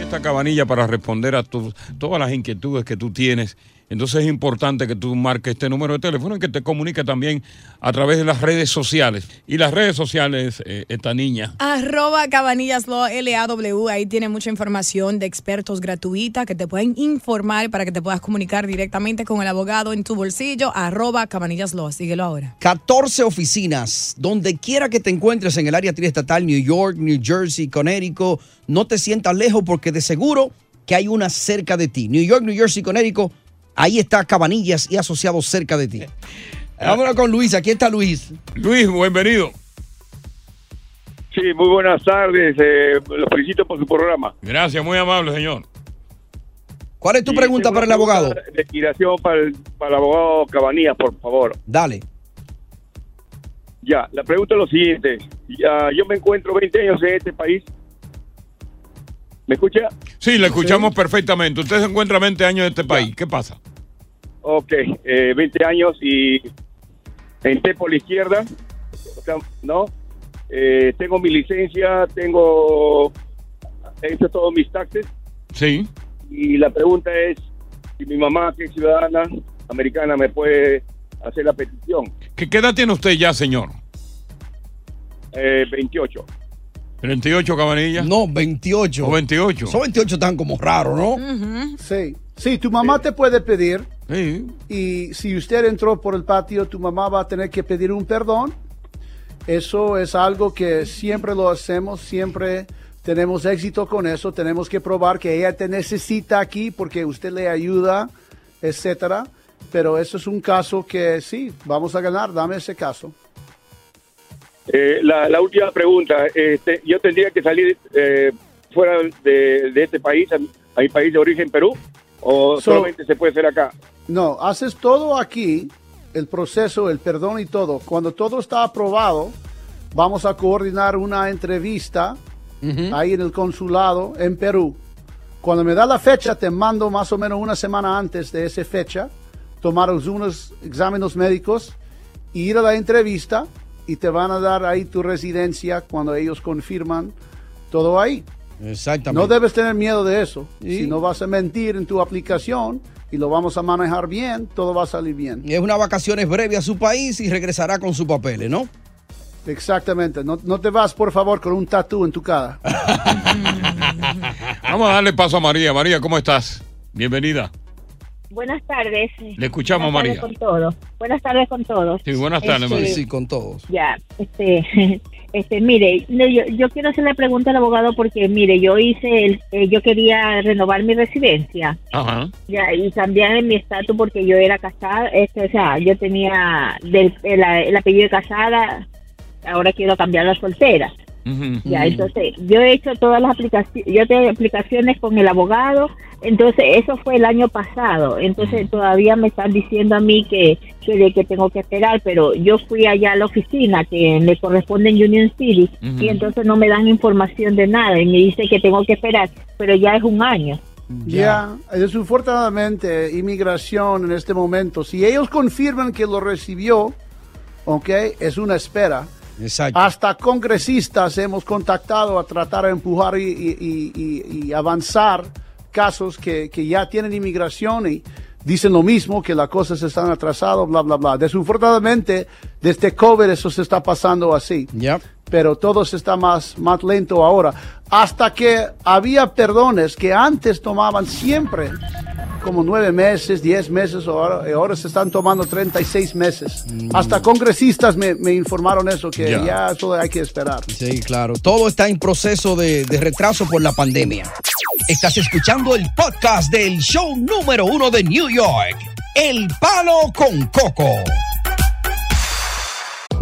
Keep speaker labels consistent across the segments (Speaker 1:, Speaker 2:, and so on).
Speaker 1: Esta cabanilla para responder a tu- todas las inquietudes que tú tienes. Entonces es importante que tú marques este número de teléfono y que te comunique también a través de las redes sociales. Y las redes sociales, eh, esta niña.
Speaker 2: Arroba Cabanillas Law, L-A-W. Ahí tiene mucha información de expertos gratuita que te pueden informar para que te puedas comunicar directamente con el abogado en tu bolsillo. Arroba Cabanillas Law. Síguelo ahora.
Speaker 3: 14 oficinas, donde quiera que te encuentres en el área triestatal, New York, New Jersey, Connecticut, no te sientas lejos porque de seguro que hay una cerca de ti. New York, New Jersey, Connecticut, ahí está Cabanillas y asociados cerca de ti. Vámonos con Luis, aquí está Ah. Luis.
Speaker 1: Luis, bienvenido.
Speaker 4: Sí, muy buenas tardes. eh, los felicito por su programa.
Speaker 1: Gracias, muy amable, señor.
Speaker 3: ¿Cuál es tu
Speaker 4: Sí,
Speaker 3: pregunta
Speaker 4: tengo
Speaker 3: para el
Speaker 4: una
Speaker 3: abogado?
Speaker 4: pregunta De inspiración para el, para el abogado Cabanillas, por favor.
Speaker 3: Dale.
Speaker 4: Ya, la pregunta es lo siguiente. Ya, yo me encuentro 20 años en este país. ¿Me escucha?
Speaker 1: Sí, le escuchamos perfectamente. Usted se encuentra 20 años en este país. ¿Qué pasa?
Speaker 4: Ok, eh, 20 años y entré por la izquierda, o sea, ¿no? Eh, tengo mi licencia, tengo... He hecho todos mis taxes.
Speaker 1: Sí.
Speaker 4: Y la pregunta es si mi mamá, que es ciudadana americana, me puede hacer la petición.
Speaker 1: ¿Qué, qué edad tiene usted ya, señor?
Speaker 4: Eh, 28.
Speaker 1: 38 cabanillas.
Speaker 3: No, 28.
Speaker 1: O 28.
Speaker 3: Son 28 están como raros, ¿no?
Speaker 5: Sí. Sí, tu mamá te puede pedir.
Speaker 1: Sí.
Speaker 5: Y si usted entró por el patio, tu mamá va a tener que pedir un perdón. Eso es algo que siempre lo hacemos, siempre tenemos éxito con eso. Tenemos que probar que ella te necesita aquí porque usted le ayuda, etcétera. Pero eso es un caso que sí, vamos a ganar. Dame ese caso.
Speaker 4: Eh, la, la última pregunta. Este, yo tendría que salir eh, fuera de, de este país, a, mi- a mi país de origen, Perú, o
Speaker 5: So-
Speaker 4: solamente se puede hacer acá.
Speaker 5: No, haces todo aquí, el proceso, el perdón y todo. Cuando todo está aprobado, vamos a coordinar una entrevista ahí en el consulado en Perú. Cuando me da la fecha, te mando más o menos una semana antes de esa fecha, tomar unos exámenes médicos y ir a la entrevista y te van a dar ahí tu residencia cuando ellos confirman todo ahí.
Speaker 3: Exactamente.
Speaker 5: No debes tener miedo de eso. Si no vas a mentir en tu aplicación y lo vamos a manejar bien, todo va a salir bien.
Speaker 3: Es unas vacaciones breves a su país y regresará con sus papeles, ¿no?
Speaker 5: Exactamente. No, no te vas, por favor, con un tatú en tu cara.
Speaker 1: Vamos a darle paso a María. María, ¿cómo estás? Bienvenida.
Speaker 6: Buenas tardes.
Speaker 1: Le escuchamos,
Speaker 6: Buenas tardes
Speaker 1: María.
Speaker 6: con todos. Buenas tardes con todos.
Speaker 1: Sí, buenas tardes,
Speaker 6: Este,
Speaker 1: María.
Speaker 3: con todos.
Speaker 6: Ya, este, este, mire, no, yo, yo quiero hacerle pregunta al abogado porque, mire, yo hice, el- eh, yo quería renovar mi residencia
Speaker 1: Ajá.
Speaker 6: ya, y cambiar mi estatus porque yo era casada, este, o sea, yo tenía del- el, el apellido de casada, ahora quiero cambiar a soltera. Ya,
Speaker 1: Mm.
Speaker 6: entonces, yo he hecho todas las aplicaciones, yo tengo aplicaciones con el abogado, entonces eso fue el año pasado, entonces todavía me están diciendo a mí que, que, de que tengo que esperar, pero yo fui allá a la oficina que me corresponde en Union City
Speaker 7: Ujú.
Speaker 6: y entonces no me dan información de nada y me dice que tengo que esperar, pero ya es un año.
Speaker 3: Mm,
Speaker 5: Ya, desafortunadamente, inmigración en este momento, si ellos confirman que lo recibió, ok, es una espera.
Speaker 3: Exacto.
Speaker 5: Hasta congresistas hemos contactado a tratar de empujar y, y- y- y- y avanzar casos que, que ya tienen inmigración y dicen lo mismo, que las cosas están atrasadas, bla, bla, bla. Desafortunadamente, desde COVID eso se está pasando así. Pero todo se está más, más lento ahora. Hasta que había perdones que antes tomaban siempre como nueve meses, diez meses, ahora, eh, ahora se están tomando 36 meses.
Speaker 1: Mm.
Speaker 5: Hasta congresistas me, me informaron eso, que
Speaker 3: Ya.
Speaker 5: ya eso hay que esperar.
Speaker 3: Sí, claro. Todo está en proceso de, de retraso por la pandemia. Estás escuchando el podcast del show número uno de New York, El Palo con Coco.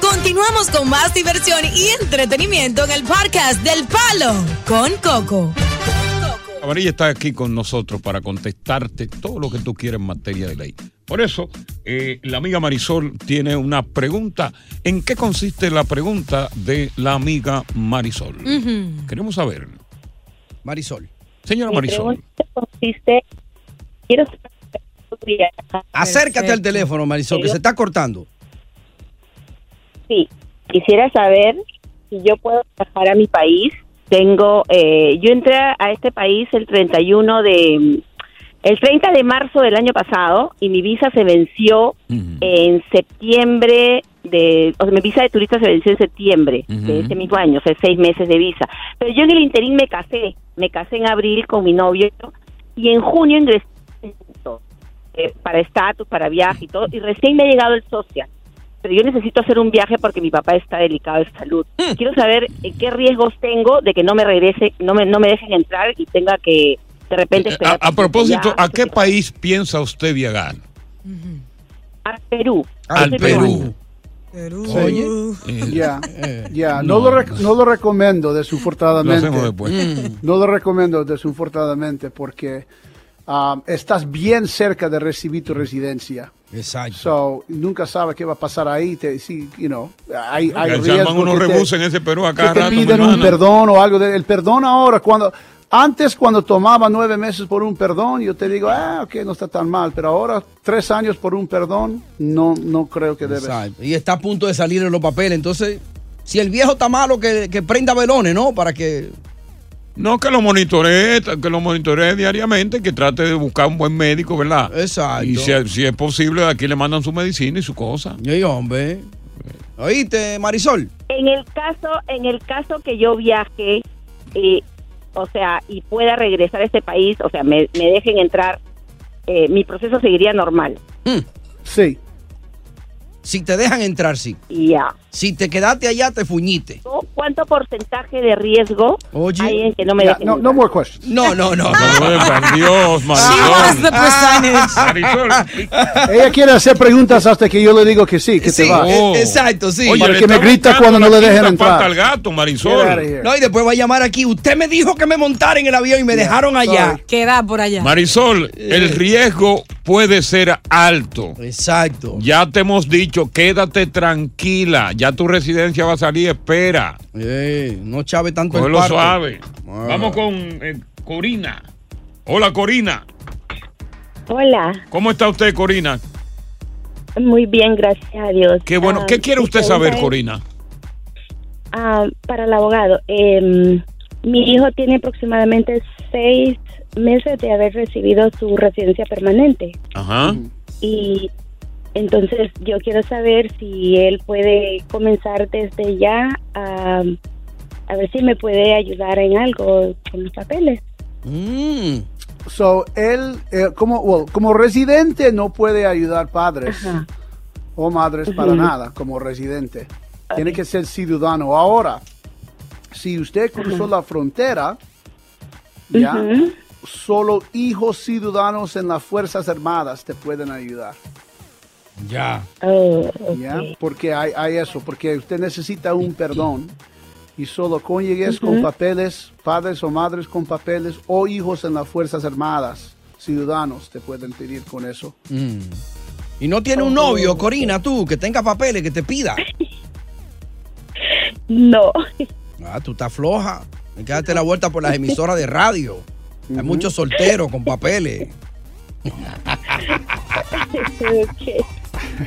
Speaker 8: Continuamos con más diversión y entretenimiento en el podcast del Palo con Coco.
Speaker 1: Camarilla está aquí con nosotros para contestarte todo lo que tú quieras en materia de ley. Por eso, eh, la amiga Marisol tiene una pregunta. ¿En qué consiste la pregunta de la amiga Marisol? Queremos saber.
Speaker 3: Marisol.
Speaker 1: Señora
Speaker 6: Mi
Speaker 1: Marisol.
Speaker 6: pregunta consiste, quiero saber si
Speaker 3: Acércate al teléfono, Marisol, que se está cortando.
Speaker 6: Sí, quisiera saber si yo puedo viajar a mi país. Tengo, eh, yo entré a este país el 31 de, el 30 de marzo del año pasado y mi visa se venció en septiembre de, o sea, mi visa de turista se venció en septiembre de ese mismo año, o sea, seis meses de visa. Pero yo en el interín me casé, me casé en abril con mi novio y en junio ingresé eh, para estatus, para viaje y todo, y recién me ha llegado el social. Pero yo necesito hacer un viaje porque mi papá está delicado de salud. Quiero saber eh, qué riesgos tengo de que no me regrese, no me, no me dejen entrar y tenga que de repente
Speaker 1: A,
Speaker 6: esperar.
Speaker 1: a propósito, ¿a qué país piensa usted viajar?
Speaker 6: Al Perú.
Speaker 1: Al
Speaker 6: Yo soy
Speaker 1: Perú. Eh,
Speaker 5: Sí. Ya, ya. No, lo rec- no lo recomiendo, desafortunadamente.
Speaker 1: Lo hacemos después.
Speaker 5: No lo recomiendo, desafortunadamente, porque um, estás bien cerca de recibir tu residencia.
Speaker 3: Exacto.
Speaker 5: So, nunca sabes qué va a pasar ahí. Te, sí, you know, hay, hay
Speaker 1: Que se
Speaker 5: riesgo
Speaker 1: arman unos
Speaker 5: que te-
Speaker 1: rebuses en ese Perú acá.
Speaker 5: que te piden un perdón o algo. de- el perdón ahora, cuando antes cuando tomaba nueve meses por un perdón, yo te digo, ah, ok, no está tan mal, pero ahora tres años por un perdón, no, no creo que debes.
Speaker 3: Exacto. Y está a punto de salir en los papeles. Entonces, si el viejo está malo, que, que prenda velones, ¿no? Para que
Speaker 1: No, que lo monitoree, que lo monitoree diariamente, que trate de buscar un buen médico, ¿verdad?
Speaker 3: Exacto.
Speaker 1: Y si, si es posible, aquí le mandan su medicina y su cosa.
Speaker 3: Y hombre. ¿Oíste, Marisol?
Speaker 6: En el caso, en el caso que yo viaje, eh, o sea, y pueda regresar a este país, o sea, me, me dejen entrar, eh, mi proceso seguiría normal.
Speaker 5: Sí.
Speaker 3: Si te dejan entrar, sí.
Speaker 6: Y ya.
Speaker 3: Si te quedaste allá, te fuñiste.
Speaker 6: ¿Cu- ¿Cuánto porcentaje de riesgo
Speaker 3: Oye.
Speaker 6: hay en que no me
Speaker 5: Ya,
Speaker 6: dejen
Speaker 5: no, no more questions.
Speaker 3: No, no, no.
Speaker 1: Dios,
Speaker 3: Ah.
Speaker 5: Ella quiere hacer preguntas hasta que yo le digo que sí, que
Speaker 3: Sí,
Speaker 5: te vas.
Speaker 3: eh, exacto, sí.
Speaker 5: Para que me grita cuando no le dejen entrar.
Speaker 1: gato,
Speaker 5: Get out of here.
Speaker 3: No, y después va a llamar aquí. Usted me dijo que me montara en el avión y me dejaron allá.
Speaker 2: Queda por allá.
Speaker 1: Marisol,
Speaker 3: Eh.
Speaker 1: el riesgo puede ser alto.
Speaker 3: Exacto.
Speaker 1: Ya te hemos dicho, quédate tranquila. Ya tu residencia va a salir, espera.
Speaker 3: Eh, no chave tanto
Speaker 1: Cógelo
Speaker 3: el parto.
Speaker 1: suave.
Speaker 3: Ah.
Speaker 1: Vamos con eh, Corina. Hola, Corina.
Speaker 7: Hola,
Speaker 1: ¿Cómo está usted, Corina?
Speaker 7: muy bien, gracias a Dios.
Speaker 1: Qué bueno.
Speaker 7: Ah,
Speaker 1: ¿Qué quiere
Speaker 7: mi
Speaker 1: usted saber,
Speaker 7: pregunta es,
Speaker 1: Corina?
Speaker 7: ah, para el abogado, em, mi hijo tiene aproximadamente seis meses de haber recibido su residencia permanente
Speaker 1: Ajá.
Speaker 7: y entonces yo quiero saber si él puede comenzar desde ya a, a ver si me puede ayudar en algo con los papeles.
Speaker 5: So, él, eh, como, well, como residente, no puede ayudar padres
Speaker 7: Ajá.
Speaker 5: o madres para
Speaker 7: Ujú.
Speaker 5: nada, como residente. Tiene que ser ciudadano. Ahora, si usted cruzó la frontera, ya,
Speaker 7: Ujú.
Speaker 5: solo hijos ciudadanos en las Fuerzas Armadas te pueden ayudar.
Speaker 1: Ya.
Speaker 7: Oh,
Speaker 5: Ah, ¿ya?
Speaker 7: ok.
Speaker 5: Porque hay, hay eso, porque usted necesita un perdón y solo cónyuges con
Speaker 7: Ujú.
Speaker 5: papeles, padres o madres con papeles o hijos en las Fuerzas Armadas, ciudadanos, te pueden pedir con eso.
Speaker 3: Mm. Y no tiene un novio, Corina, tú, que tenga papeles, que te pida.
Speaker 7: No.
Speaker 3: Ah, tú estás floja. Hay que darte la vuelta por las emisoras de radio. Hay muchos solteros con papeles.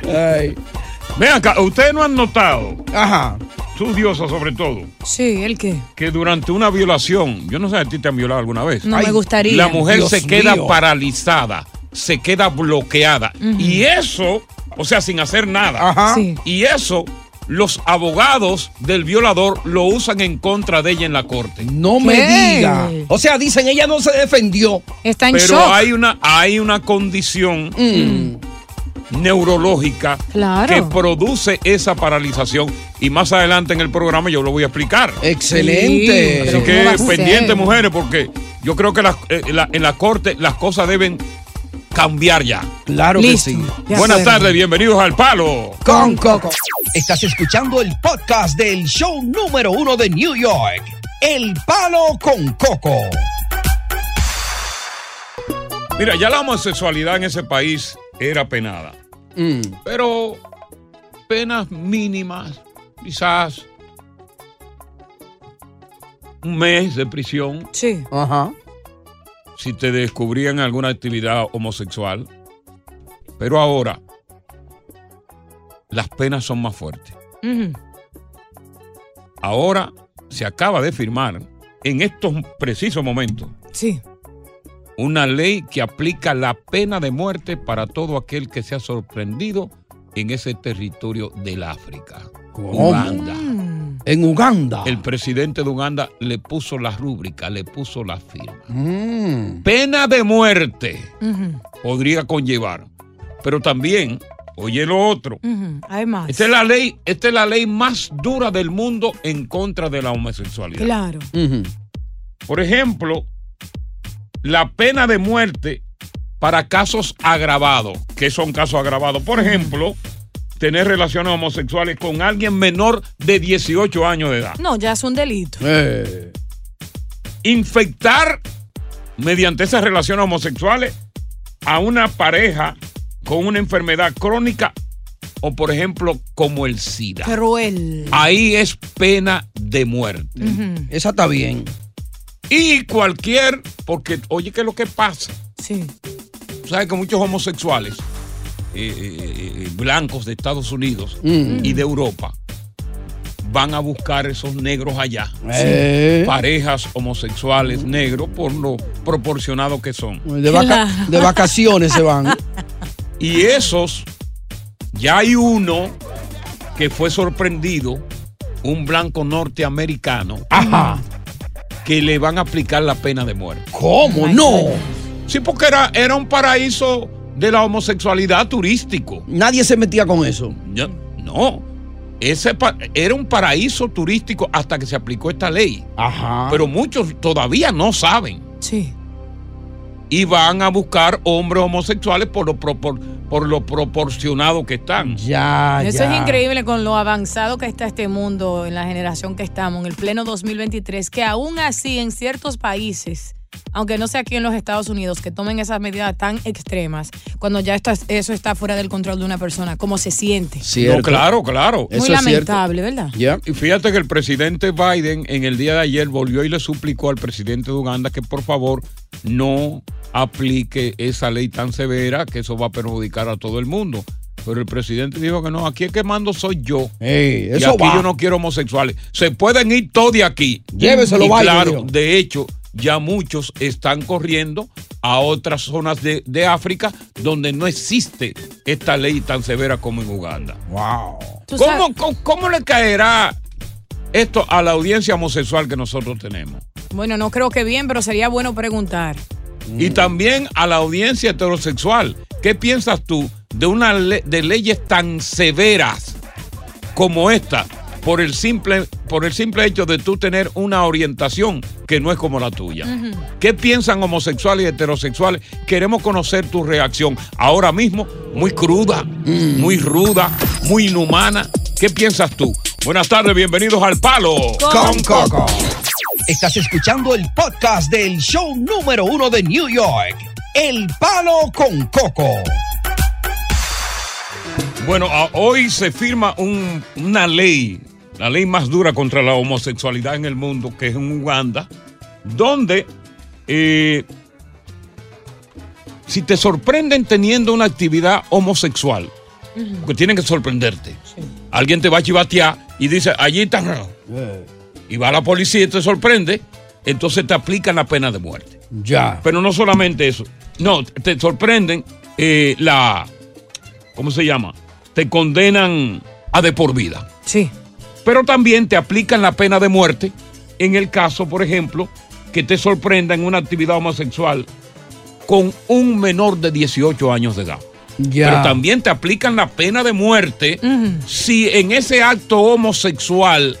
Speaker 1: Ay. Ven acá, ustedes no han notado. Ajá. Tú, diosa, sobre todo.
Speaker 2: Sí, ¿el qué?
Speaker 1: Que durante una violación, yo no sé si a ti te han violado alguna vez.
Speaker 2: No me Ay, gustaría.
Speaker 1: La mujer
Speaker 2: Dios
Speaker 1: se queda
Speaker 2: mío.
Speaker 1: paralizada, se queda bloqueada.
Speaker 2: Ujú.
Speaker 1: Y eso, o sea, sin hacer nada.
Speaker 2: Ajá. Sí.
Speaker 1: Y eso, los abogados del violador lo usan en contra de ella en la corte.
Speaker 3: No me diga. O sea, dicen, ella no se defendió.
Speaker 2: Está
Speaker 1: Pero hay una, hay una condición neurológica
Speaker 3: Claro.
Speaker 1: que produce esa paralización. Y más adelante en el programa yo lo voy a explicar.
Speaker 3: Excelente. Sí,
Speaker 1: Así
Speaker 3: pero ¿cómo va a
Speaker 1: que
Speaker 3: ser?
Speaker 1: pendiente, mujeres, porque yo creo que las- eh, la- en la corte las cosas deben cambiar ya.
Speaker 3: Claro que Listo. sí. De
Speaker 1: Buenas
Speaker 3: acuerdo.
Speaker 1: tardes, bienvenidos al Palo.
Speaker 3: Con Coco. Estás escuchando el podcast del show número uno de New York. El palo con Coco.
Speaker 1: Mira, ya la homosexualidad en ese país era penada. Pero penas mínimas, quizás un mes de prisión.
Speaker 2: Sí.
Speaker 3: Ajá.
Speaker 1: Si te descubrían alguna actividad homosexual. Pero ahora, las penas son más fuertes.
Speaker 2: Ujú.
Speaker 1: Ahora se acaba de firmar, en estos precisos momentos,
Speaker 2: Sí.
Speaker 1: una ley que aplica la pena de muerte para todo aquel que sea sorprendido en ese territorio del África. Uganda.
Speaker 2: Mm.
Speaker 3: En Uganda.
Speaker 1: El presidente de Uganda le puso la rúbrica, le puso la firma.
Speaker 3: Mm.
Speaker 1: Pena de muerte podría conllevar, pero también, oye lo otro,
Speaker 2: Ujú. Hay más.
Speaker 1: esta es la ley, esta es la ley más dura del mundo en contra de la homosexualidad.
Speaker 2: Claro.
Speaker 1: Por ejemplo, la pena de muerte para casos agravados. ¿Qué son casos agravados? Por ejemplo, tener relaciones homosexuales con alguien menor de 18 años de edad.
Speaker 2: No, ya es un delito.
Speaker 1: Infectar mediante esas relaciones homosexuales a una pareja con una enfermedad crónica o, por ejemplo, como el SIDA.
Speaker 2: Cruel.
Speaker 1: Ahí es pena de muerte.
Speaker 3: Mm.
Speaker 2: Ujú.
Speaker 3: Esa está bien.
Speaker 1: Y cualquier, porque oye, ¿qué es lo que pasa?
Speaker 2: Sí.
Speaker 1: Tú sabes que muchos homosexuales eh, eh, eh, blancos de Estados Unidos
Speaker 3: Mm.
Speaker 1: y de Europa van a buscar esos negros allá.
Speaker 3: Eh.
Speaker 1: Parejas homosexuales negros por lo proporcionados que son.
Speaker 3: De, vaca- de vacaciones se van.
Speaker 1: Y esos, ya hay uno que fue sorprendido, un blanco norteamericano, que le van a aplicar la pena de muerte.
Speaker 3: ¿Cómo? No.
Speaker 1: Sí, porque era, era un paraíso de la homosexualidad turístico.
Speaker 3: Nadie se metía con eso.
Speaker 1: Ya- No. Ese pa- era un paraíso turístico hasta que se aplicó esta ley.
Speaker 3: Ajá.
Speaker 1: Pero muchos todavía no saben.
Speaker 2: Sí.
Speaker 1: Y van a buscar hombres homosexuales por lo, propor- por lo proporcionado que están.
Speaker 3: Ah, Ya,
Speaker 2: Eso es increíble con lo avanzado que está este mundo en la generación que estamos, en el pleno 2023, que aún así en ciertos países, aunque no sea aquí en los Estados Unidos, que tomen esas medidas tan extremas, cuando ya esto, es- eso está fuera del control de una persona, cómo se siente.
Speaker 1: No, claro, claro.
Speaker 2: Muy lamentable, ¿verdad?
Speaker 1: Y fíjate que el presidente Biden en el día de ayer volvió y le suplicó al presidente de Uganda que por favor no aplique esa ley tan severa que eso va a perjudicar a todo el mundo. Pero el presidente dijo que no, aquí el que mando soy yo.
Speaker 3: Ey,
Speaker 1: y
Speaker 3: eso
Speaker 1: aquí
Speaker 3: va.
Speaker 1: yo no quiero homosexuales. Se pueden ir todos de aquí.
Speaker 3: Lléveselo,
Speaker 1: Y
Speaker 3: Biden,
Speaker 1: Claro,
Speaker 3: dijo.
Speaker 1: de hecho, ya muchos están corriendo a otras zonas de, de África donde no existe esta ley tan severa como en Uganda.
Speaker 3: Wow.
Speaker 1: ¿Cómo, cómo, cómo le caerá esto a la audiencia homosexual que nosotros tenemos?
Speaker 2: Bueno, no creo que bien, pero sería bueno preguntar.
Speaker 3: Mm.
Speaker 1: Y también a la audiencia heterosexual. ¿Qué piensas tú de una le- de leyes tan severas como esta por el simple por el simple hecho de tú tener una orientación que no es como la tuya? ¿Qué piensan homosexuales y heterosexuales? Queremos conocer tu reacción. Ahora mismo, muy cruda,
Speaker 3: Mm.
Speaker 1: muy ruda, muy inhumana. ¿Qué piensas tú? Buenas tardes, bienvenidos al Palo
Speaker 3: Con Coco. Estás escuchando el podcast del show número uno de New York, El Palo con Coco.
Speaker 1: Bueno, a- hoy se firma un- una ley, la ley más dura contra la homosexualidad en el mundo, que es en Uganda, donde eh, si te sorprenden teniendo una actividad homosexual, porque tienen que sorprenderte, alguien te va a chivatear y dice, allí está, y va la policía y te sorprende, entonces te aplican la pena de muerte.
Speaker 3: Ya.
Speaker 1: Pero no solamente eso. No, te sorprenden eh, la. ¿Cómo se llama? Te condenan a de por vida.
Speaker 2: Sí.
Speaker 1: Pero también te aplican la pena de muerte en el caso, por ejemplo, que te sorprendan en una actividad homosexual con un menor de 18 años de edad.
Speaker 3: Ya.
Speaker 1: Pero también te aplican la pena de muerte si en ese acto homosexual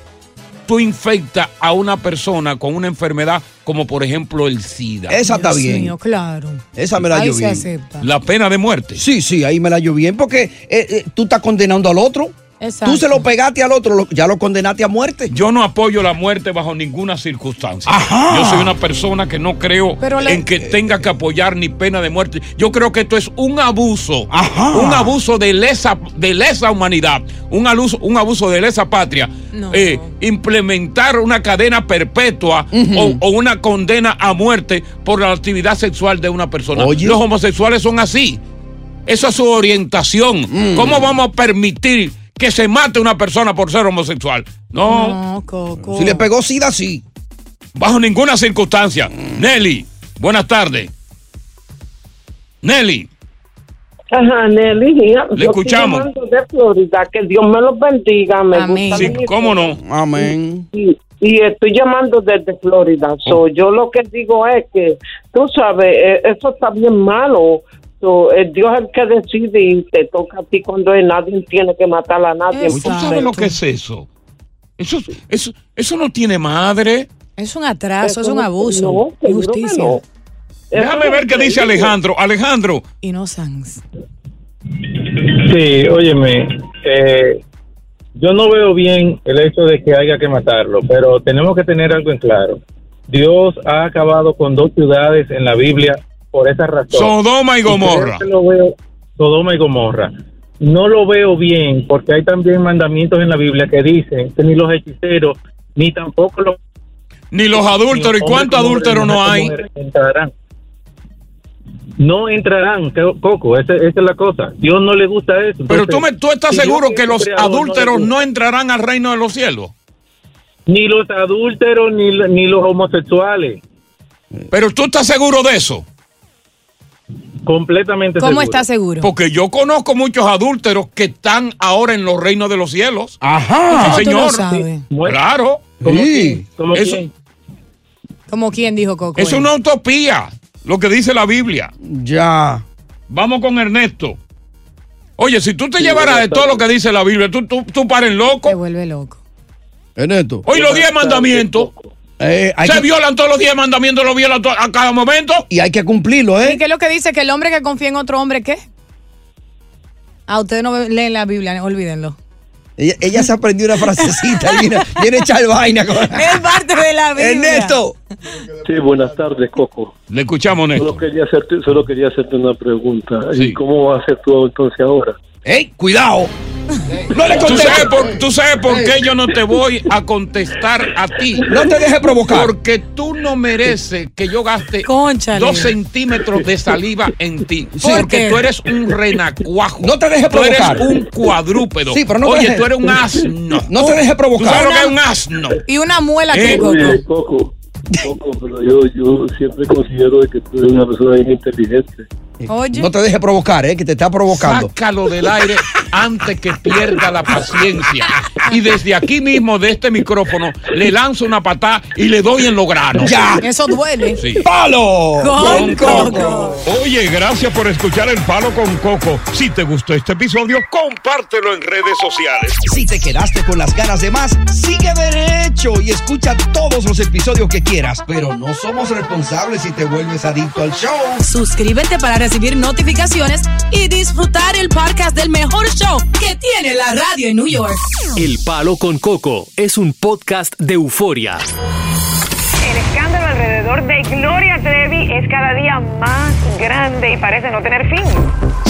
Speaker 1: tú infectas a una persona con una enfermedad como por ejemplo el SIDA.
Speaker 3: Esa está
Speaker 2: Dios
Speaker 3: bien.
Speaker 2: mío, claro.
Speaker 3: Esa me la
Speaker 2: Ahí
Speaker 3: dio
Speaker 2: se
Speaker 3: bien.
Speaker 2: acepta.
Speaker 1: La pena de muerte.
Speaker 3: Sí, sí, ahí me la dio bien porque eh, eh, tú estás condenando al otro.
Speaker 2: Exacto.
Speaker 3: Tú se lo pegaste al otro, lo- ya lo condenaste a muerte.
Speaker 1: Yo no apoyo la muerte bajo ninguna circunstancia. Yo soy una persona que no creo
Speaker 3: Pero le-
Speaker 1: en que tenga que apoyar ni pena de muerte. Yo creo que esto es un abuso, un abuso de lesa, de lesa humanidad, un abuso, un abuso de lesa patria.
Speaker 2: No.
Speaker 1: Eh, implementar una cadena perpetua o, o una condena a muerte por la actividad sexual de una persona.
Speaker 3: Oye.
Speaker 1: Los homosexuales son así. Esa es su orientación. ¿Cómo vamos a permitir que se mate una persona por ser homosexual? No.
Speaker 2: No, Coco.
Speaker 3: Si le pegó sida, sí.
Speaker 1: Oh. Bajo ninguna circunstancia. Nelly, buenas tardes. Nelly,
Speaker 9: Ajá, Nelly, mira, yo estoy
Speaker 1: escuchamos.
Speaker 9: llamando de Florida, que Dios me los bendiga. Me
Speaker 1: Amén.
Speaker 9: gusta
Speaker 1: Sí,
Speaker 9: mi-
Speaker 1: cómo no.
Speaker 3: Amén.
Speaker 9: Y, y estoy llamando desde Florida. So, Yo lo que digo es que, tú sabes, eh, eso está bien malo. So, es Dios el que decide y te toca a ti cuando es nadie tiene que matar a nadie.
Speaker 1: ¿tú sabes lo que es eso? Eso, eso, eso no tiene madre.
Speaker 2: Es un atraso,
Speaker 9: Eso
Speaker 2: es un
Speaker 9: no-
Speaker 2: abuso.
Speaker 9: no, seguro que
Speaker 2: injusticia.
Speaker 9: no.
Speaker 1: Déjame ver qué dice Alejandro. Alejandro,
Speaker 2: Y no Sans.
Speaker 10: Sí, óyeme, eh, yo no veo bien el hecho de que haya que matarlo, pero tenemos que tener algo en claro. Dios ha acabado con dos ciudades en la Biblia por esa razón.
Speaker 1: Sodoma y Gomorra.
Speaker 10: Yo lo veo- Sodoma y Gomorra. No lo veo bien porque hay también mandamientos en la Biblia que dicen que ni los hechiceros, ni tampoco los...
Speaker 1: ni los adúlteros.
Speaker 10: Hombre
Speaker 1: ¿Y cuánto
Speaker 10: como
Speaker 1: adúltero
Speaker 10: mujer,
Speaker 1: no
Speaker 10: mujer
Speaker 1: hay?
Speaker 10: como mujer, Entrarán. No entrarán, co- Coco, esa, esa es la cosa. Dios no le gusta eso.
Speaker 1: Pero
Speaker 10: Entonces,
Speaker 1: tú, me, tú estás
Speaker 10: si Dios
Speaker 1: seguro
Speaker 10: es
Speaker 1: que
Speaker 10: el
Speaker 1: los
Speaker 10: creador, no le
Speaker 1: adúlteros
Speaker 10: gusta.
Speaker 1: no entrarán al reino de los cielos.
Speaker 10: Ni los adúlteros ni, la- ni los homosexuales.
Speaker 1: Pero tú estás seguro de eso.
Speaker 10: Completamente
Speaker 2: ¿Cómo seguro. estás seguro?
Speaker 1: Porque yo conozco muchos adúlteros que están ahora en los reinos de los cielos.
Speaker 2: ¿Cómo
Speaker 1: Ajá.
Speaker 2: tú
Speaker 1: Sí, señor.
Speaker 2: lo sabes?
Speaker 1: Claro. Sí. Eso-
Speaker 2: Como quien dijo Coco.
Speaker 1: Es una utopía lo que dice la Biblia.
Speaker 3: Ya.
Speaker 1: Vamos con Ernesto. Oye, si tú te llevaras de todo lo que dice la Biblia, tú, tú, tú pares loco. Te
Speaker 2: vuelve loco. Eh,
Speaker 3: Ernesto.
Speaker 1: Hoy los 10 mandamientos.
Speaker 3: Eh, hay
Speaker 1: Se
Speaker 3: que-
Speaker 1: violan todos los 10 mandamientos, los violan to- a cada momento.
Speaker 3: Y hay que cumplirlo,
Speaker 2: ¿Y qué es lo que dice? ¿Que el hombre que confía en otro hombre qué? Ah, ustedes no leen la Biblia, olvídenlo.
Speaker 3: Ella, ella se aprendió una frasecita y viene, viene a echar vaina. con-
Speaker 2: Es parte de la Biblia.
Speaker 3: Ernesto.
Speaker 11: Sí, buenas tardes, Coco.
Speaker 1: Le escuchamos, Néstor.
Speaker 11: Solo quería hacerte, solo quería hacerte una pregunta. ¿Y cómo va a ser tú entonces ahora?
Speaker 3: ¡Ey, cuidado!
Speaker 1: No le ¿Tú sabes, por, tú sabes por qué yo no te voy a contestar a ti?
Speaker 3: No te dejes provocar.
Speaker 1: Porque tú no mereces que yo gaste
Speaker 2: Cónchale.
Speaker 1: dos centímetros de saliva en ti.
Speaker 3: Sí. ¿Por
Speaker 1: Porque
Speaker 3: qué?
Speaker 1: tú eres un renacuajo.
Speaker 3: No te dejes provocar.
Speaker 1: Tú eres un cuadrúpedo.
Speaker 3: Sí, pero no te
Speaker 1: Oye,
Speaker 3: dejes-
Speaker 1: tú eres un asno.
Speaker 3: No te dejes
Speaker 1: ¿Tú sabes
Speaker 3: provocar.
Speaker 1: lo que es un asno?
Speaker 2: Y una muela que
Speaker 11: Eh,
Speaker 2: Coco.
Speaker 11: oye, Coco, Coco, pero yo, yo siempre considero de que tú eres una persona bien inteligente.
Speaker 2: Oye.
Speaker 3: No te dejes provocar, eh, que te está provocando.
Speaker 1: Sácalo del aire antes que pierda la paciencia. Y desde aquí mismo, de este micrófono, le lanzo una patada y le doy en los granos.
Speaker 2: Eso duele.
Speaker 1: Sí.
Speaker 3: ¡Palo!
Speaker 1: Con Coco. Oye, gracias por escuchar El Palo con Coco. Si te gustó este episodio, compártelo en redes sociales.
Speaker 3: Si te quedaste con las ganas de más, sigue derecho y escucha todos los episodios que quieras. Pero no somos responsables si te vuelves adicto al show.
Speaker 8: Suscríbete para recibir notificaciones y disfrutar el podcast del mejor show que tiene la radio en New York.
Speaker 12: El Palo con Coco es un podcast de euforia.
Speaker 13: El escándalo alrededor de Gloria Trevi es cada día más grande y parece no tener fin.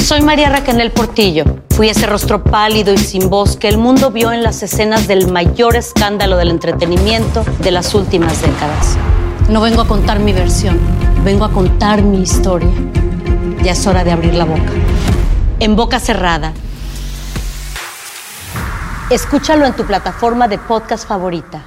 Speaker 14: Soy María Raquel Portillo. Fui ese rostro pálido y sin voz que el mundo vio en las escenas del mayor escándalo del entretenimiento de las últimas décadas. No vengo a contar mi versión, vengo a contar mi historia. Ya es hora de abrir la boca. En boca cerrada. Escúchalo en tu plataforma de podcast favorita.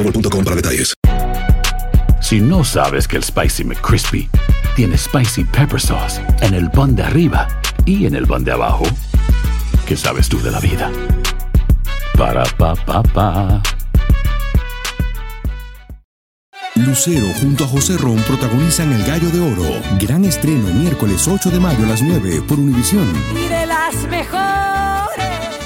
Speaker 15: para detalles.
Speaker 16: Si no sabes que el Spicy McCrispy tiene Spicy Pepper Sauce en el pan de arriba y en el pan de abajo, ¿qué sabes tú de la vida? Para, pa, pa, pa.
Speaker 17: Lucero junto a José Ron protagonizan El Gallo de Oro. Gran estreno miércoles 8 de mayo a las 9 por Univisión.
Speaker 18: y de las mejores.